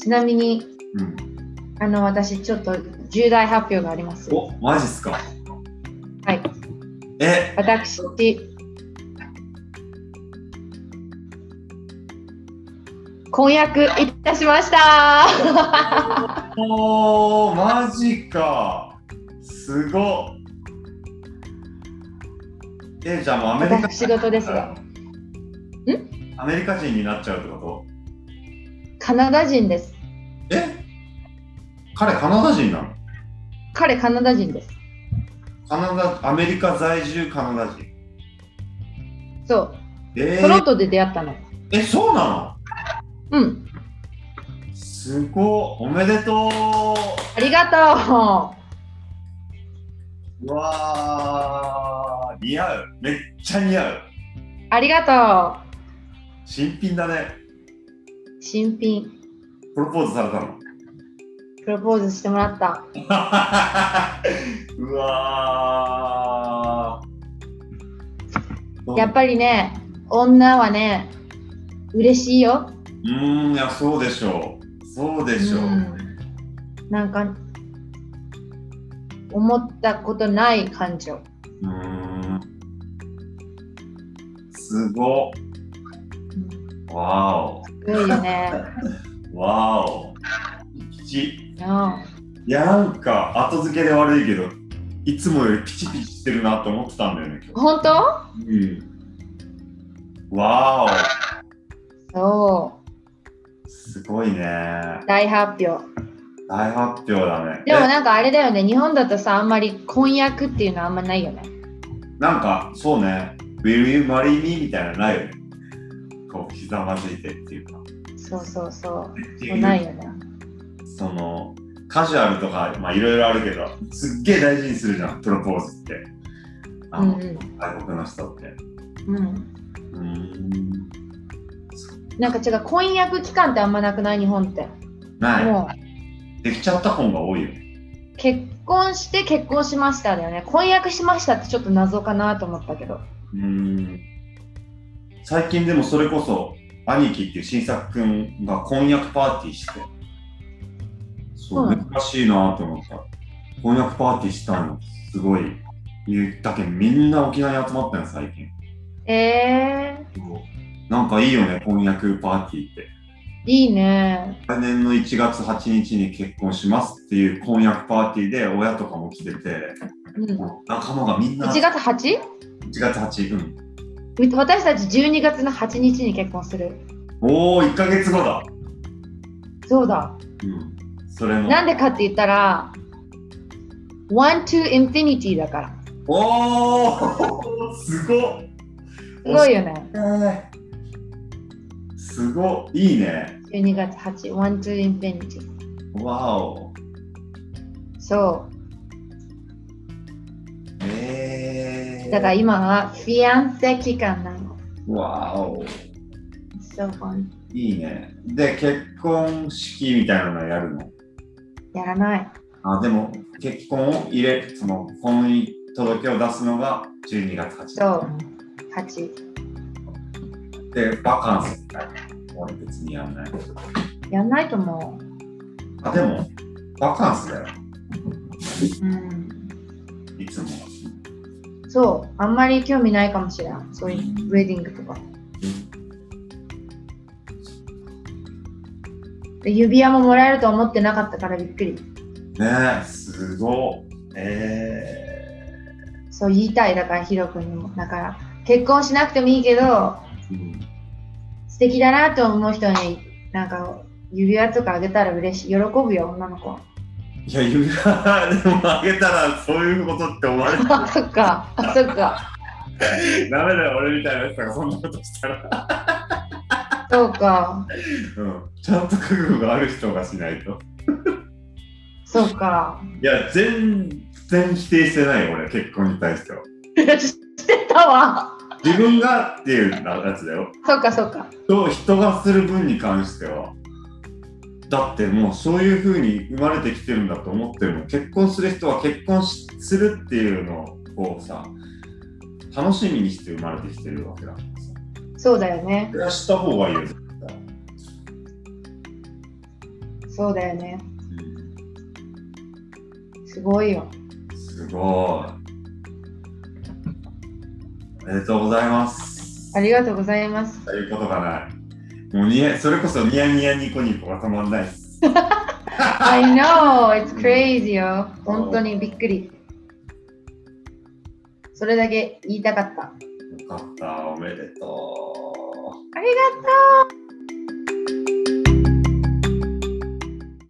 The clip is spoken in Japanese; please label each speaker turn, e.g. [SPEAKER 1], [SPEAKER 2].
[SPEAKER 1] ちなみに、
[SPEAKER 2] うん。
[SPEAKER 1] あの、私、ちょっと重大発表があります。
[SPEAKER 2] お、マジっすか。
[SPEAKER 1] はい。
[SPEAKER 2] え、
[SPEAKER 1] 私、婚約いたしました
[SPEAKER 2] おー、マジか。すごっ。え、じゃあもうアメリカ人
[SPEAKER 1] 仕事ですが。
[SPEAKER 2] アメリカ人になっちゃうってこ
[SPEAKER 1] カナダ人です。
[SPEAKER 2] とえ彼カナダ人なの
[SPEAKER 1] 彼、カナダ人です。
[SPEAKER 2] カナダ、アメリカ在住カナダ人。
[SPEAKER 1] そう、
[SPEAKER 2] え
[SPEAKER 1] トロン
[SPEAKER 2] ー、
[SPEAKER 1] トで出会ったの。
[SPEAKER 2] え、そうな
[SPEAKER 1] うん、
[SPEAKER 2] のすごっ。おめでと
[SPEAKER 1] ありがと
[SPEAKER 2] う。うわー、似合う。めっちゃ似合う。
[SPEAKER 1] うありがと
[SPEAKER 2] 新品だね。
[SPEAKER 1] う新品、
[SPEAKER 2] プロポーズされたの。
[SPEAKER 1] プロポーズしてもらった。
[SPEAKER 2] うわー
[SPEAKER 1] やっぱりね、女はね、嬉しいよ。
[SPEAKER 2] うーんいやそうでしょうそうでしょう、
[SPEAKER 1] うんなんか、思ったことない感情。
[SPEAKER 2] うーんすごっわ
[SPEAKER 1] すごいよね。
[SPEAKER 2] おわお吉
[SPEAKER 1] なあ
[SPEAKER 2] いやなんか後付けで悪いけどいつもよりピチピチしてるなと思ってたんだよね今
[SPEAKER 1] 本当
[SPEAKER 2] 日、うん、わお
[SPEAKER 1] そ
[SPEAKER 2] すごいね
[SPEAKER 1] う、大発表。
[SPEAKER 2] 大発表だね
[SPEAKER 1] でも
[SPEAKER 2] え
[SPEAKER 1] なんかあれだよね、日本だとさ、あんまり婚約っていうのはあんまないよね。
[SPEAKER 2] なんかそうね「Will you marry me?」みたいなのないよねこうひざまずいてっていうか
[SPEAKER 1] そうそうそう、ないよね。
[SPEAKER 2] そのカジュアルとかまあいろいろあるけどすっげえ大事にするじゃんプロポーズってあ
[SPEAKER 1] うん
[SPEAKER 2] の、外国の人って
[SPEAKER 1] うん。うん。
[SPEAKER 2] うーん
[SPEAKER 1] なんか違う、婚約期間ってあんまなくない日本って。
[SPEAKER 2] な
[SPEAKER 1] も
[SPEAKER 2] いできちゃった本が多いよね
[SPEAKER 1] う、結婚して結婚しましただよね。婚約しましたってちょっと謎かなと思ったけど。
[SPEAKER 2] うーん最近でもそれこそ兄貴っていう新作くんが婚約パーティーしてそう
[SPEAKER 1] う
[SPEAKER 2] 難
[SPEAKER 1] ん
[SPEAKER 2] しいなと思った婚約パーティーしたのすごい言ったけんみんな沖縄に集まったよ最近
[SPEAKER 1] えー、
[SPEAKER 2] なんかいいよね婚約パーティーって
[SPEAKER 1] いいね。
[SPEAKER 2] 来年の1月8日に結婚しますっていう婚約パーティーで親とかも来てて、
[SPEAKER 1] うん。
[SPEAKER 2] 仲間がみんな
[SPEAKER 1] 1
[SPEAKER 2] 1
[SPEAKER 1] 月 8?
[SPEAKER 2] 月8日、うん、
[SPEAKER 1] 私たち12月の8日に結婚する。
[SPEAKER 2] おお、1ヶ月後だ、
[SPEAKER 1] そうだ。
[SPEAKER 2] うん、それの
[SPEAKER 1] なんでかって言ったら、One to Infinity だから。
[SPEAKER 2] おおすごっ
[SPEAKER 1] すごいよね。
[SPEAKER 2] ねすごっいいね
[SPEAKER 1] 12月8、One to Infinity。
[SPEAKER 2] わお
[SPEAKER 1] そ
[SPEAKER 2] え
[SPEAKER 1] う。
[SPEAKER 2] ー、
[SPEAKER 1] だから今はフィアンセ期間なの。
[SPEAKER 2] わお
[SPEAKER 1] そう、
[SPEAKER 2] いいねで結婚式みたいなのやるの
[SPEAKER 1] やらない。
[SPEAKER 2] あでも結婚を入れその婚姻届を出すのが12月8日
[SPEAKER 1] そう。8。
[SPEAKER 2] でバカンスみたいな俺別にやんない
[SPEAKER 1] やんないと思う。
[SPEAKER 2] あでもバカンスだよ
[SPEAKER 1] うん。
[SPEAKER 2] いつも
[SPEAKER 1] そう。あんまり興味ないかもしれん。そういうウェディングとか。で指輪ももらえると思ってなかったからびっくり。
[SPEAKER 2] ねえすごいえ
[SPEAKER 1] そう言いたいだからヒロ君にもだから結婚しなくてもいいけど
[SPEAKER 2] ーうん
[SPEAKER 1] 素敵だなと思う人になんか指輪とかあげたら嬉しい喜ぶよ女の子
[SPEAKER 2] いや指輪でもあげたらそういうことって思われる
[SPEAKER 1] あ そっかあそっか
[SPEAKER 2] ダメだよ俺みたいなやつがそんなことしたら、
[SPEAKER 1] そうか
[SPEAKER 2] うん、ちゃんと覚悟がある人がしないと
[SPEAKER 1] そう か
[SPEAKER 2] いや全然否定してないよ俺結婚に対しては
[SPEAKER 1] してたわ
[SPEAKER 2] 自分がっていうやつだよ
[SPEAKER 1] そうかそうか
[SPEAKER 2] と人がする分に関してはだってもうそういう風に生まれてきてるんだと思ってるの結婚する人は結婚しするっていうのをさ楽しみにして生まれてきてるわけだからさ
[SPEAKER 1] そうだよね
[SPEAKER 2] それはした方がいいよ
[SPEAKER 1] そうだよね。すごいよ。
[SPEAKER 2] うんすごい。ありがとうございます。
[SPEAKER 1] ありがとうございます。
[SPEAKER 2] ということがない。もうにやそれこそニヤニヤニコニコがたまんないです。
[SPEAKER 1] I know, it's crazy よ。本当にびっくり。それだけ言いたかった。
[SPEAKER 2] よかった、おめでとう。
[SPEAKER 1] ありがとう